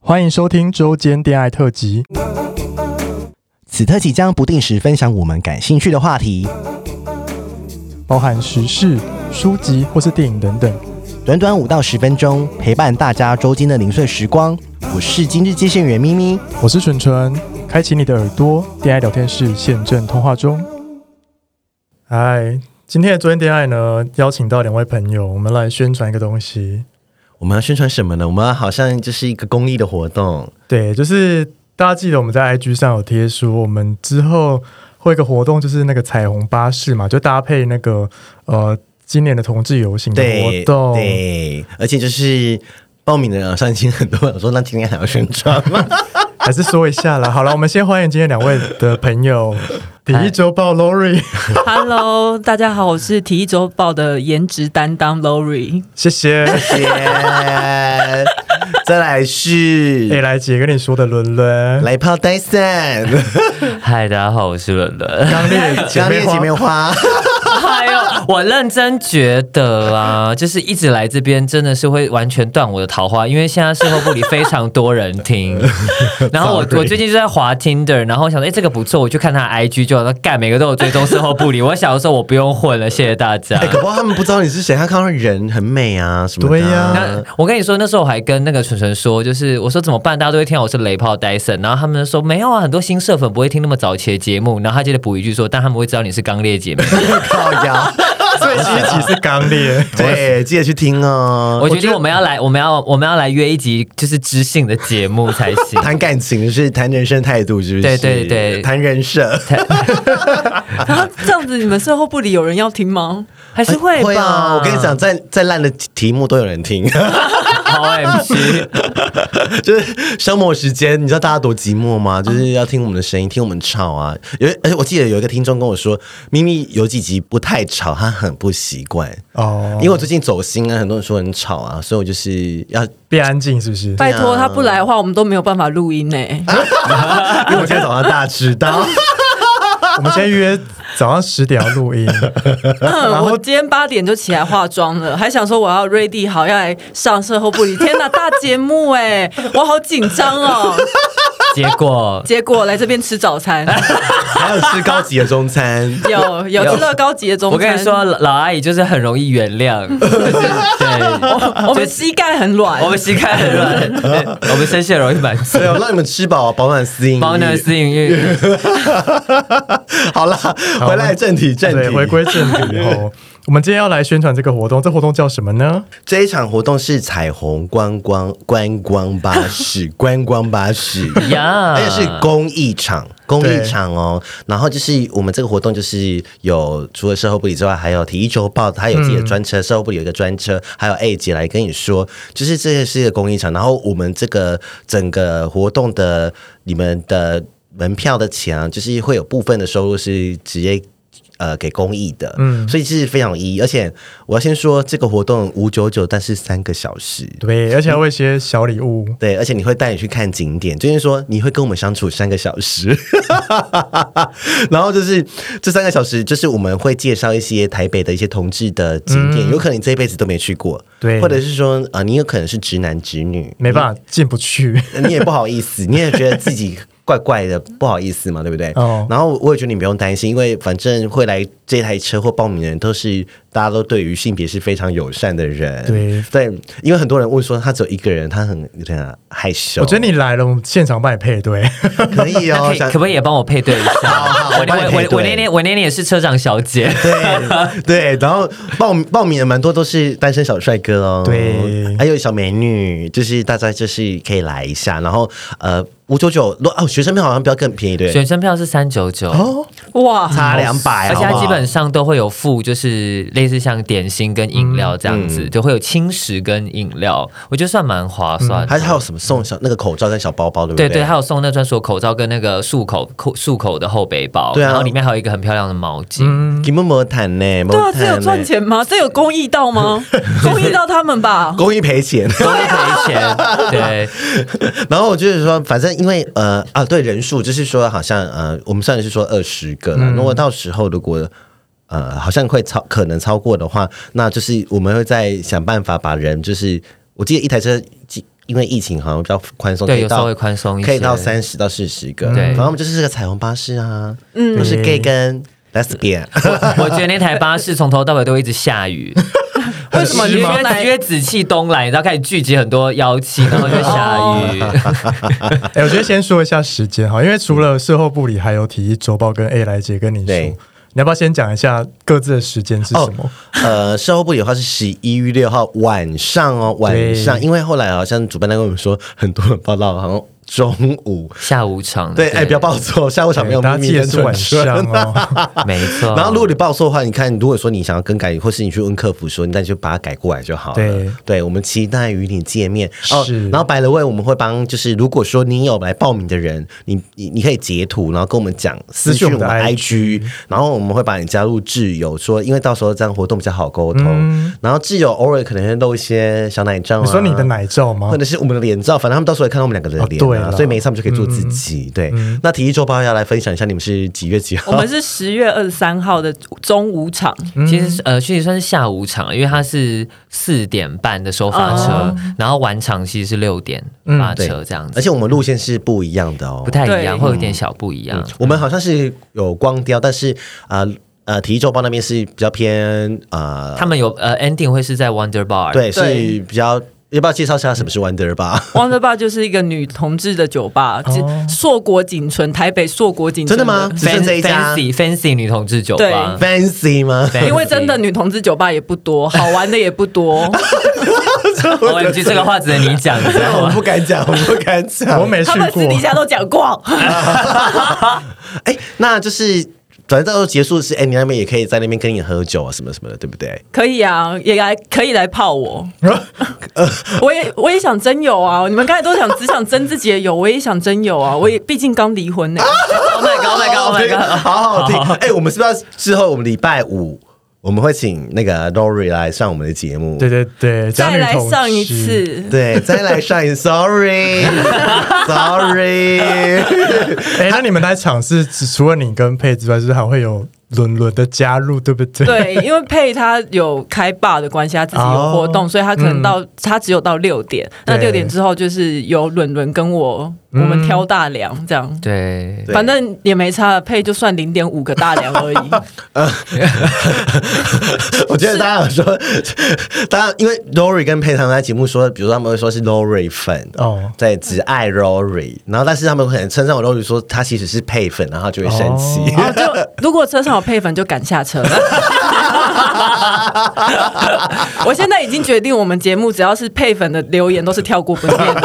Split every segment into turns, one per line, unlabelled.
欢迎收听周间恋爱特辑。
此特辑将不定时分享我们感兴趣的话题，
包含时事、书籍或是电影等等。
短短五到十分钟，陪伴大家周间的零碎时光。我是今日接线员咪咪，
我是纯纯，开启你的耳朵，恋爱聊天室现正通话中。嗨，今天的周间恋爱呢，邀请到两位朋友，我们来宣传一个东西。
我们要宣传什么呢？我们好像就是一个公益的活动，
对，就是大家记得我们在 IG 上有贴说，我们之后会有一个活动，就是那个彩虹巴士嘛，就搭配那个呃今年的同志游行的活
对
动。
对，而且就是报名的人好像已经很多了，我说那今天还要宣传 吗？
还是说一下啦。好了，我们先欢迎今天两位的朋友，第一周报 Lori，
Hello，大家好，我是体育周报的颜值担当 Lori。
谢谢。
耶！再来是、
哎、来姐跟你说的伦伦，
来泡戴森，
嗨，大家好，我是伦伦。
刚
哎
烈姐
刚
妹
烈姐
花
妹。花，
哎呦， 我认真觉得啊，就是一直来这边真的是会完全断我的桃花，因为现在事后部里非常多人听。然后我
Sorry
我最近就在滑 Tinder，然后想说，哎、这个不错，我去看他的 IG，就好像干每个都有追踪事后部里。我想说，我不用混了，谢谢大家
哎、。搞不好他们不知道你是谁，他看到人很美啊什么的、
对呀
那我跟你说，那时候我还跟那个纯纯说，就是我说怎么办，大家都会听到我是雷炮戴森，然后他们就说没有啊，很多新社粉不会听那么早期的节目，然后他接着补一句说，但他们会知道你是刚烈姐妹。
靠腰，
所以其实只是刚烈。
对，记得去听哦。
我决定我们要来，我们要我们要来约一集就是知性的节目才行
。谈感情是谈人生态度，是不是？
对对对
谈人设
啊，这样子你们售后部里有人要听吗？还是会吧？
会啊！我跟你讲，，再再烂的题目都有人听，
O M G，
就是消磨时间。你知道大家多寂寞吗？就是要听我们的声音，听我们吵啊。有，而且我记得有一个听众跟我说，咪咪有几集不太吵，他很不习惯。
哦，
因为我最近走心啊，很多人说很吵啊，所以我就是要，因
变安静是不是？
啊
拜托他不来的话，我们都没有办法录音呢、
为我今天早上大迟到，
我们今天约早上十点要录音，
嗯，我今天八点就起来化妆了，还想说我要 ready 好要来上售后部里。天哪，大节目哎、 我好紧张哦！
结 果
结果来这边吃早 餐，
还有吃高级的中餐。
有有吃到高级的中餐。
我跟你说，老老阿姨就是很容易原谅，就是 对，
我们膝盖很软，
我们膝盖很软，对我们身线容易满 足
对，，啊我让你们吃饱，保暖私隐。
包呢私隐欲。
好啦，回来正题， 正
对，
题，
回归正题后，我们今天要来宣传这个活动，这活动叫什么呢？
这一场活动是彩虹观光观光巴士，观光 巴士。
呀
而且是公益场，公益场哦。然后就是我们这个活动，就是有除了售后部里之外，还有体育周报，它有自己的专车，售后部里有一个专车，还有 A 姐来跟你说，就是这个是一个公益场。然后我们这个整个活动的你们的门票的钱啊，就是会有部分的收入是直接。呃，给公益的，嗯，所以是非常有意义。而且我要先说，这个活动五九九，但是三个小时，
对，而且还会一些小礼物。
对，而且你会带你去看景点，就是说你会跟我们相处三个小时， 然后就是这三个小时，就是我们会介绍一些台北的一些同志的景点，有可能你这一辈子都没去过，
嗯对
或者是说啊、呃你有可能是直男直女，呃
没办法进不去，
你也不好意思，你也觉得自己怪怪的，不好意思嘛，对不对？
哦
然后我也觉得你不用担心，因为反正会来这台车或报名的人都是大家都对于性别是非常友善的人，
对
对，因为很多人问说他只有一个人，他很有点害羞。
我觉得你来了，我们现场帮你配对。
可以
那
哦
可以，
想
可不可以也帮我配对一下？
好
我
我帮你
我
配
我
对
我那天我那天也是车长小姐，
对对，然后报名报名的蛮多都是单身小帅哥哦，
对
还有小美女，就是大家就是可以来一下，然后呃五九九哦，学生票好像比较更便宜，对，
选生票是三九九。
哇，
差两百，哦
而且它
好不好
基本上都会有附，就是类似像点心跟饮料这样子，就会有轻食跟饮料，我觉得算蛮划算的。
还还有什么送小那个口罩跟小包包，对不
对
对
对，还有送那专属口罩跟那个漱口口漱口的后背包，
对啊
然后里面还有一个很漂亮的毛巾。
你们没谈呢，
对
没
啊，这有
谈
赚
呢，
钱吗？这有公益 到吗？公益到他们吧。
公益赔钱。
都是赔钱，对，
然后我就是说，反正因为呃啊，对人数，就是说好像呃，我们算的是说二十个
嗯
了。如果到时候如果呃好像会超可能超过的话，那就是我们会再想办法把人就是，我记得一台车几。一因为疫情好像比较宽松，
对
可以
有
到
稍微宽松一
可以到
些
三十到四十个。
对
然后我们就是这个彩虹巴士啊，
嗯
都是
对
gay 跟 lesbian，
我觉得那台巴士从头到尾都一直下雨，
为什么
因
你说
为因
来
为紫气东来，然后开始聚集很多妖气，然后就下雨。
哦
哎、我觉得先说一下时间哈，因为除了事后部里，还有体育周报跟 A 来姐跟你说，
对
你要不要先讲一下各自的时间是什么？
呃，售后部的话是十一月六号晚上哦，晚上，
对
因为后来好像主办单位跟我们说，很多人报道好像中午。
下午场
对，哎，不要报错，下午场没有
大家
秘
记
密
得
跟
是晚
准确。
上 哦。
没错。
然后，如果你报错的话，你看，如果说你想要更改，或是你去问客服说，你再去把它改过来就好了。
对
我们期待与你见面。哦
是
然后白了位，我们会帮，就是如果说你有来报名的人，你你你可以截图，然后跟我们讲，私讯我们
私讯我们的
IG，然后我们会把你加入挚友，说因为到时候这样活动比较好沟通。然后挚友偶尔可能会露一些小奶照、啊，
嗯你说你的奶罩吗
或？者是我们的脸照，反正他们到时候也看到我们两个人
哦
的
哦对
脸、啊
啦嗯
所以每一次他们就可以做自己。对，那体育周报要来分享一下，你们是几月几号？
我们是十月二十三号的中午场，
其
嗯
实是呃，其实算是下午场，因为它是四点半的时候发车，
哦
然后晚场其实是六点发
对
车这样子，
而且我们路线是不一样的哦，
不太一样，
嗯对
会有点小不一样。
我们好像是有光雕，但是啊呃，体育周报那边是比较偏啊，
他们有呃 ending 会是在 Wonder Bar，
对
对
是比较。要不要介绍一下什么是 Wonder 吧？
Wonder Bar 就是一个女同志的酒吧，只硕果仅存，台北硕果仅
哦
存。
真的吗只剩这一家
，Fancy Fancy 女同志酒吧。
Fancy 吗？
Fancy
因为真的，女同志酒吧也 不多，好玩的也不多。
OMG 这个话只能你讲，你知道
我
吗？
不敢讲，我不敢 讲。
我没去
他们私
过
底，下都讲过，
哎，那就是反正到时候结束是，哎，你那边也可以在那边跟你喝酒啊，什么什么的，对不对？
可以啊，也来可以来泡我。我也我也想真有啊！你们刚才都想只想真自己的有，我也想真有啊！我也毕竟刚离婚 呢、
Oh my god！Oh my god！Oh my god！
好好听。哎，我们是不是要之后我们礼拜五我们会请那个 Lori 来上我们的节目？
对对对，讲
再
女
来
同
上一
志，
次。
对，再来上一 ，sorry，sorry，
哎、那你们那场是只除了你跟佩之外，是不是还会有伦伦的加入，对不对？
对，因为佩他有开坝的关系，他自己有活动，所以他可能到、他只有到六点。那
对
六点之后就是由伦伦跟我、我们挑大梁这样。
嗯对，
对
反正也没差，配就算零点五个大梁而已。 哦
我觉得大家有说，大家因为 Lori 跟佩他们在节目说，比如说他们会说是 Lori 粉
哦
哦，对，只爱 Lori，然后但是他们可能称赞我 Lori 说他其实是配粉，然后他就会生
哦
气。
然后就如果车上有配粉，就赶下车。 我现在已经决定，我们节目只要是配粉的留言都是跳过不 念的。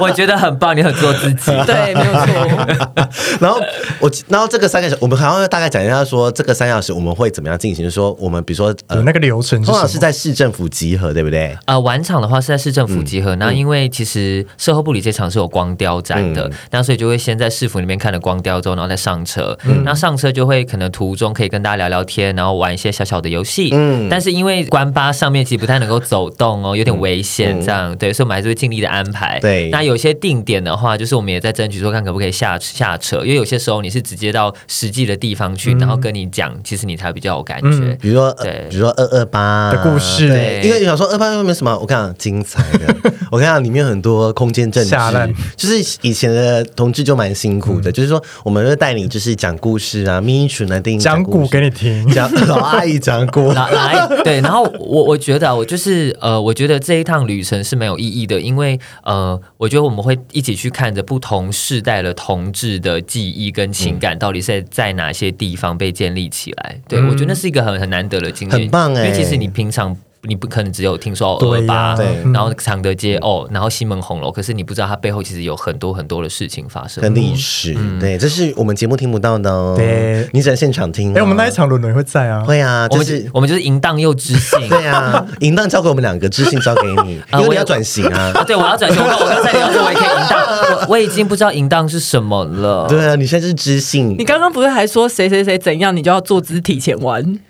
我觉得很棒，你很做自己。
对，没有错。
然后我，然后这个三个小时，我们好像要大概讲一下说，这个三小时我们会怎么样进行？就是说我们比如说
有
呃，
那个流程是
通
什
常
么？
是在市政府集合，对不对？嗯
呃，晚场的话是在市政府集合，那因为其实社后部里这场是有光雕展
嗯
的，那所以就会先在市府那边看了光雕之后，然后再上车，
嗯
那上车就会可能途中可以跟大家聊聊天，然后玩一些小小的游戏，嗯，但是因为关巴上面其实不太能够走动哦，有点危险这样，对，所以我们还是会尽力的安排，
嗯对
那有些定点的话，就是我们也在争取说看可不可以下下车，因为有些时候你是直接到实际的地方
嗯
去，然后跟你讲，其实你才比较有感觉，
比如说，呃
对
比如说二二八啊
的故事
对，
对
因为想说二八又没什么，我跟你讲精彩的，我跟你讲里面有很多空间政治
下烂，嗯
就是以前的同志就蛮辛苦的，就是说我们会带你就是讲故事啊，咪群来电影
讲
故
古
事
给你 听，
讲老阿姨讲 古，
来来，对，然后我我觉得啊我就是呃，我觉得这一趟旅程是没有意义的，因为呃，我觉得我们会一起去看着不同世代的同志的记忆跟
嗯
情感，到底是在在哪些地方被建立起来。对、我觉得那是一个很很难得的经
嗯
验，
很棒欸
因为其实你平常。你不可能只有听说哦
对
二
呀
八，
对
然后常德街哦，然后西门红楼，可是你不知道它背后其实有很多很多的事情发生。
跟历史，
嗯
对，这是我们节目听不到的哦，
嗯对
你只能现场听哦。
哎、我们那一场伦伦会在啊，
会啊，
我
就
们
是
就我们就是淫荡又知性，
对啊，淫荡交给我们两个，知性交给你，因
啊
为
我
你要
有
转型啊。
啊，对，我要转型，我刚我刚才聊说我也可 以淫荡，我我已经不知道淫荡是什么了。
对啊，你现在就是知性
你，刚刚不是还说谁谁谁怎样，你就要做肢体前弯？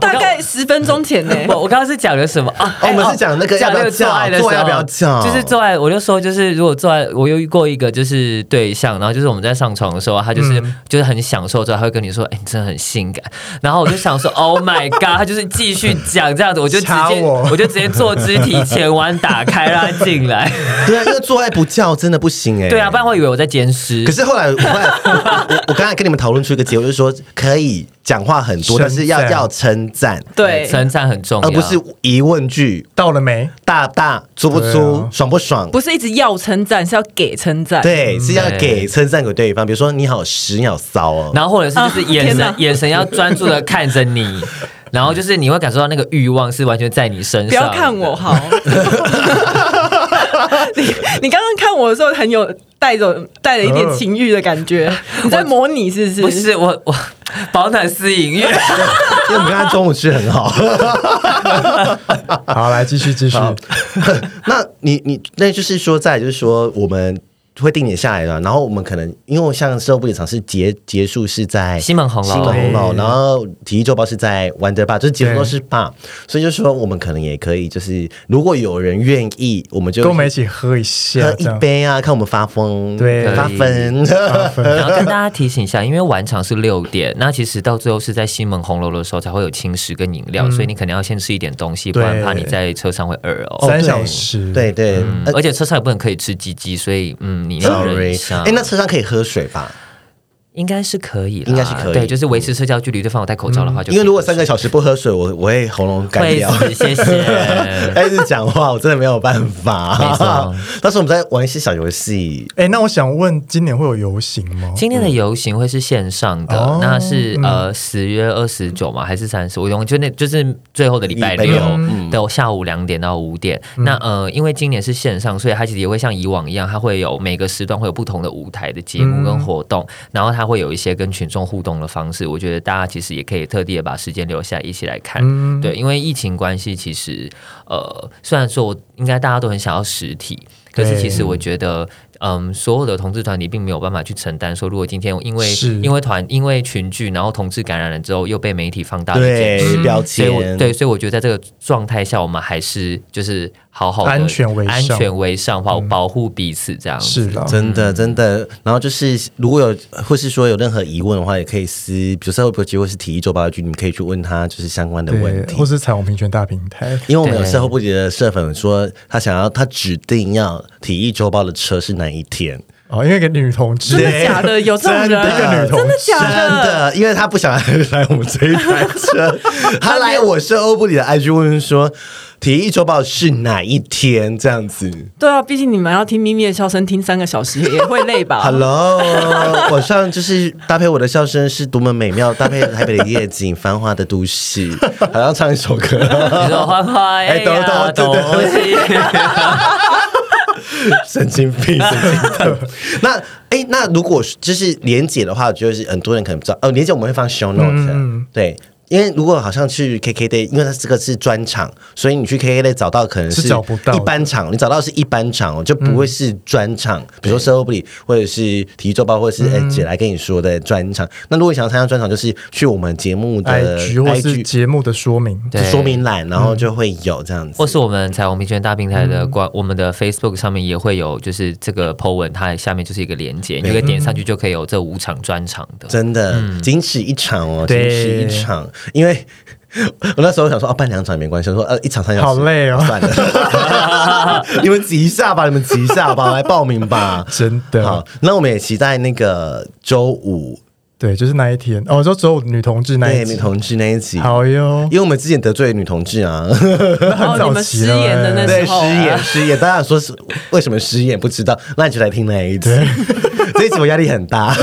大概十分钟前呢、
我我刚刚是讲了什么啊？
哦我们是讲那个
讲
要不要
那个做
叫
爱的时
做
候
爱要不要叫
就是做爱，我就说就是如果做爱，我有遇过一个就是对象，然后就是我们在上床的时候，他就是、
嗯
就是很享受之后，他会跟你说，哎、你真的很性感。然后我就想说 ，Oh my god，他就是继续讲这样子，我就直
掐
接
我
我就直接做肢体前弯打开让他进 来。
对啊，因为做爱不叫真的不行哎。
对啊，不然会以为我在监视。
可是后来，我后来 我我我刚才跟你们讨论出一个结果，就是说可以讲话很多，
称赞
但是要要称赞，
对，啊
称赞很重要，
而不是疑问句，
到了没？
大不大，粗不
对
粗
啊，
爽不爽。
不是一直要称赞，是要给称赞。，
对，是要
对
给称赞给对方，比如说你好湿，你好骚哦，
然后或者是就是眼
啊天
神、
哪
眼神要专注的看着你，然后就是你会感受到那个欲望是完全在你身上。
不要看我，好。 你你刚刚看我的时候，很有带着带了一点情欲的感觉，你在模拟是不是？
不是我我保暖私隐 欲，
因为我们刚才中午吃很好。
好，来继续继续。
那你你那就是说，再来就是说我们。会定点下来了，然后我们可能因为像社会场是结结束是在
西门红楼
西门红楼，
对
然后体育周报是在 Wonder Bar，就是结束都是 bar，所以就说我们可能也可以，就是如果有人愿意，我们就
跟我们一起喝一下，
喝
这样
一杯啊，看我们发疯，
对
发疯。
然后跟大家提醒一下，因为晚场是六点，那其实到最后是在西门红楼的时候才会有轻食跟饮
嗯
料，所以你可能要先吃一点东西，不
对
然怕你在车上会饿 哦。
三小时。
对对，
嗯
呃
而且车上也不能可以吃鸡鸡，所以嗯，你要忍
，sorry，
一下。
哎，那车上可以喝水吧？
应该是可以啦，
应该是可以嗯
对，就是维持社交距离，对方有戴口罩的话就可以，
因为如果三个小时不喝水，我我会喉咙干
会
掉。
死，谢 谢。
开始讲话，我真的没有办
没
法
错。
当时我们在玩一些小游戏，
哎，那我想问，今年会有游行吗？
今天的游行会是线上的，
哦
那是、呃十月二十九嘛，还是三十？我忘记，就那就是最后的礼拜
礼
六
拜六，
嗯
嗯
对，下午两点到五点。那呃，因为今年是线上，所以它其实也会像以往一样，它会有每个时段会有不同的舞台的节目跟活动，
嗯
然后它会有一些跟群众互动的方式。我觉得大家其实也可以特地的把时间留下来一起来看。
嗯
对，因为疫情关系，其实呃，虽然说我应该大家都很想要实体，可是
对
其实我觉得，嗯，所有的同志团体并没有办法去承担说，如果今天因为
是
因为团因为群聚，然后同志感染了之后又被媒体放大的检视。
对
嗯
标
所以我
签，
对，所以我觉得在这个状态下，我们还是就是好好的
安全为上嗯
安全为上，保保护彼此这样子。
是啦，
真
嗯
的真的。然后就是如果有或是说有任何疑问的话，也可以私，比如说会不会机会是体育周报局，你们可以去问他就是相关的问
对，
题
或。是彩虹平权大平台。
因为我们有
对
社后部级的社粉说，他想要他指定要体育周报的车是哪一天？
哦，因为给女同志，
真的假的？有这种人？啊
真的一个女同
真的假
真
的？
的，因为他不想来我们这一台 车，他来我是欧布里的 IG 问说，体育周报是哪一天这样子
对啊，毕竟你们要听咪咪的笑声听三个小时，也会 累吧？
？Hello，晚上就是搭配我的笑声是多么美妙，搭配台北的夜景，繁华的都市，还要唱一首 歌，
你说欢欢
哎懂
哦
呀，
懂
东
懂
西，
神经病，神经病。 那哎、那如果是就是连姐的话，就是很多人可能不知道哦，连姐我们会放 show note，、
嗯
对。因为如果好像去 KK day，因为它这个是专场，所以你去 KK day 找到可能
是
是
找不到的
一般场，你找到的是一般场哦，就不会是专场，比如说 s o b r y 或者是体育周报，或者是哎、姐来跟你说的专场。那如果想要参加专场，就是去我们节目的
IG 或是
IG
节目的说明，
对
说明栏，然后就会有这样子。
或是我们彩虹平权大平台的官，我们的 Facebook 上面也会有，就是这个 po 文，它下面就是一个连接，你就可以点上去就可以有这五场专场的。
真的仅此一场哦，仅
嗯对
此一场，因为 我那时候想说，哦，办两场也没关系，我说呃，一场三小时，
好累哦
算了，你们挤一下吧，你们挤一下吧，来报名吧，
真的
好，那我们也期待那个周五
对，就是那一天哦，就只有女同志那
对
一
女
集，
同志那一集，
好哟
因，为我们之前得罪女同志啊，
那很
哦，你
早
们
期
失
了
言的那
欸，
对，
时
失
候啊，
言失言，大家说是为什么失言不知道，那你就来听那一集， 这一集我压力 很大，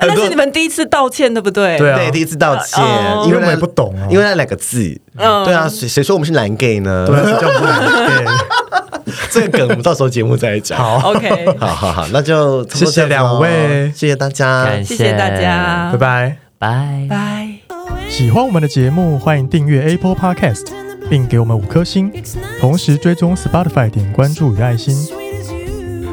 那是你们第一次道歉，对不对？
对啊
对，第一次道歉，
哦
因
因
为
为我
那
也不懂啊
因为那两个字，
嗯
对啊，谁谁说我们是男 gay 呢？
对，啊是叫不来对，
这个梗我们到时候节目再讲。好，
，OK，
好好好，那就差不多
谢谢
这样子
两
哦
位
谢谢大家
感，
谢谢大家，
拜，拜。
拜。
拜。
喜欢我们的节目，欢迎订阅 Apple Podcast，并给我们五颗星，同时追踪 Spotify 点关注与爱心。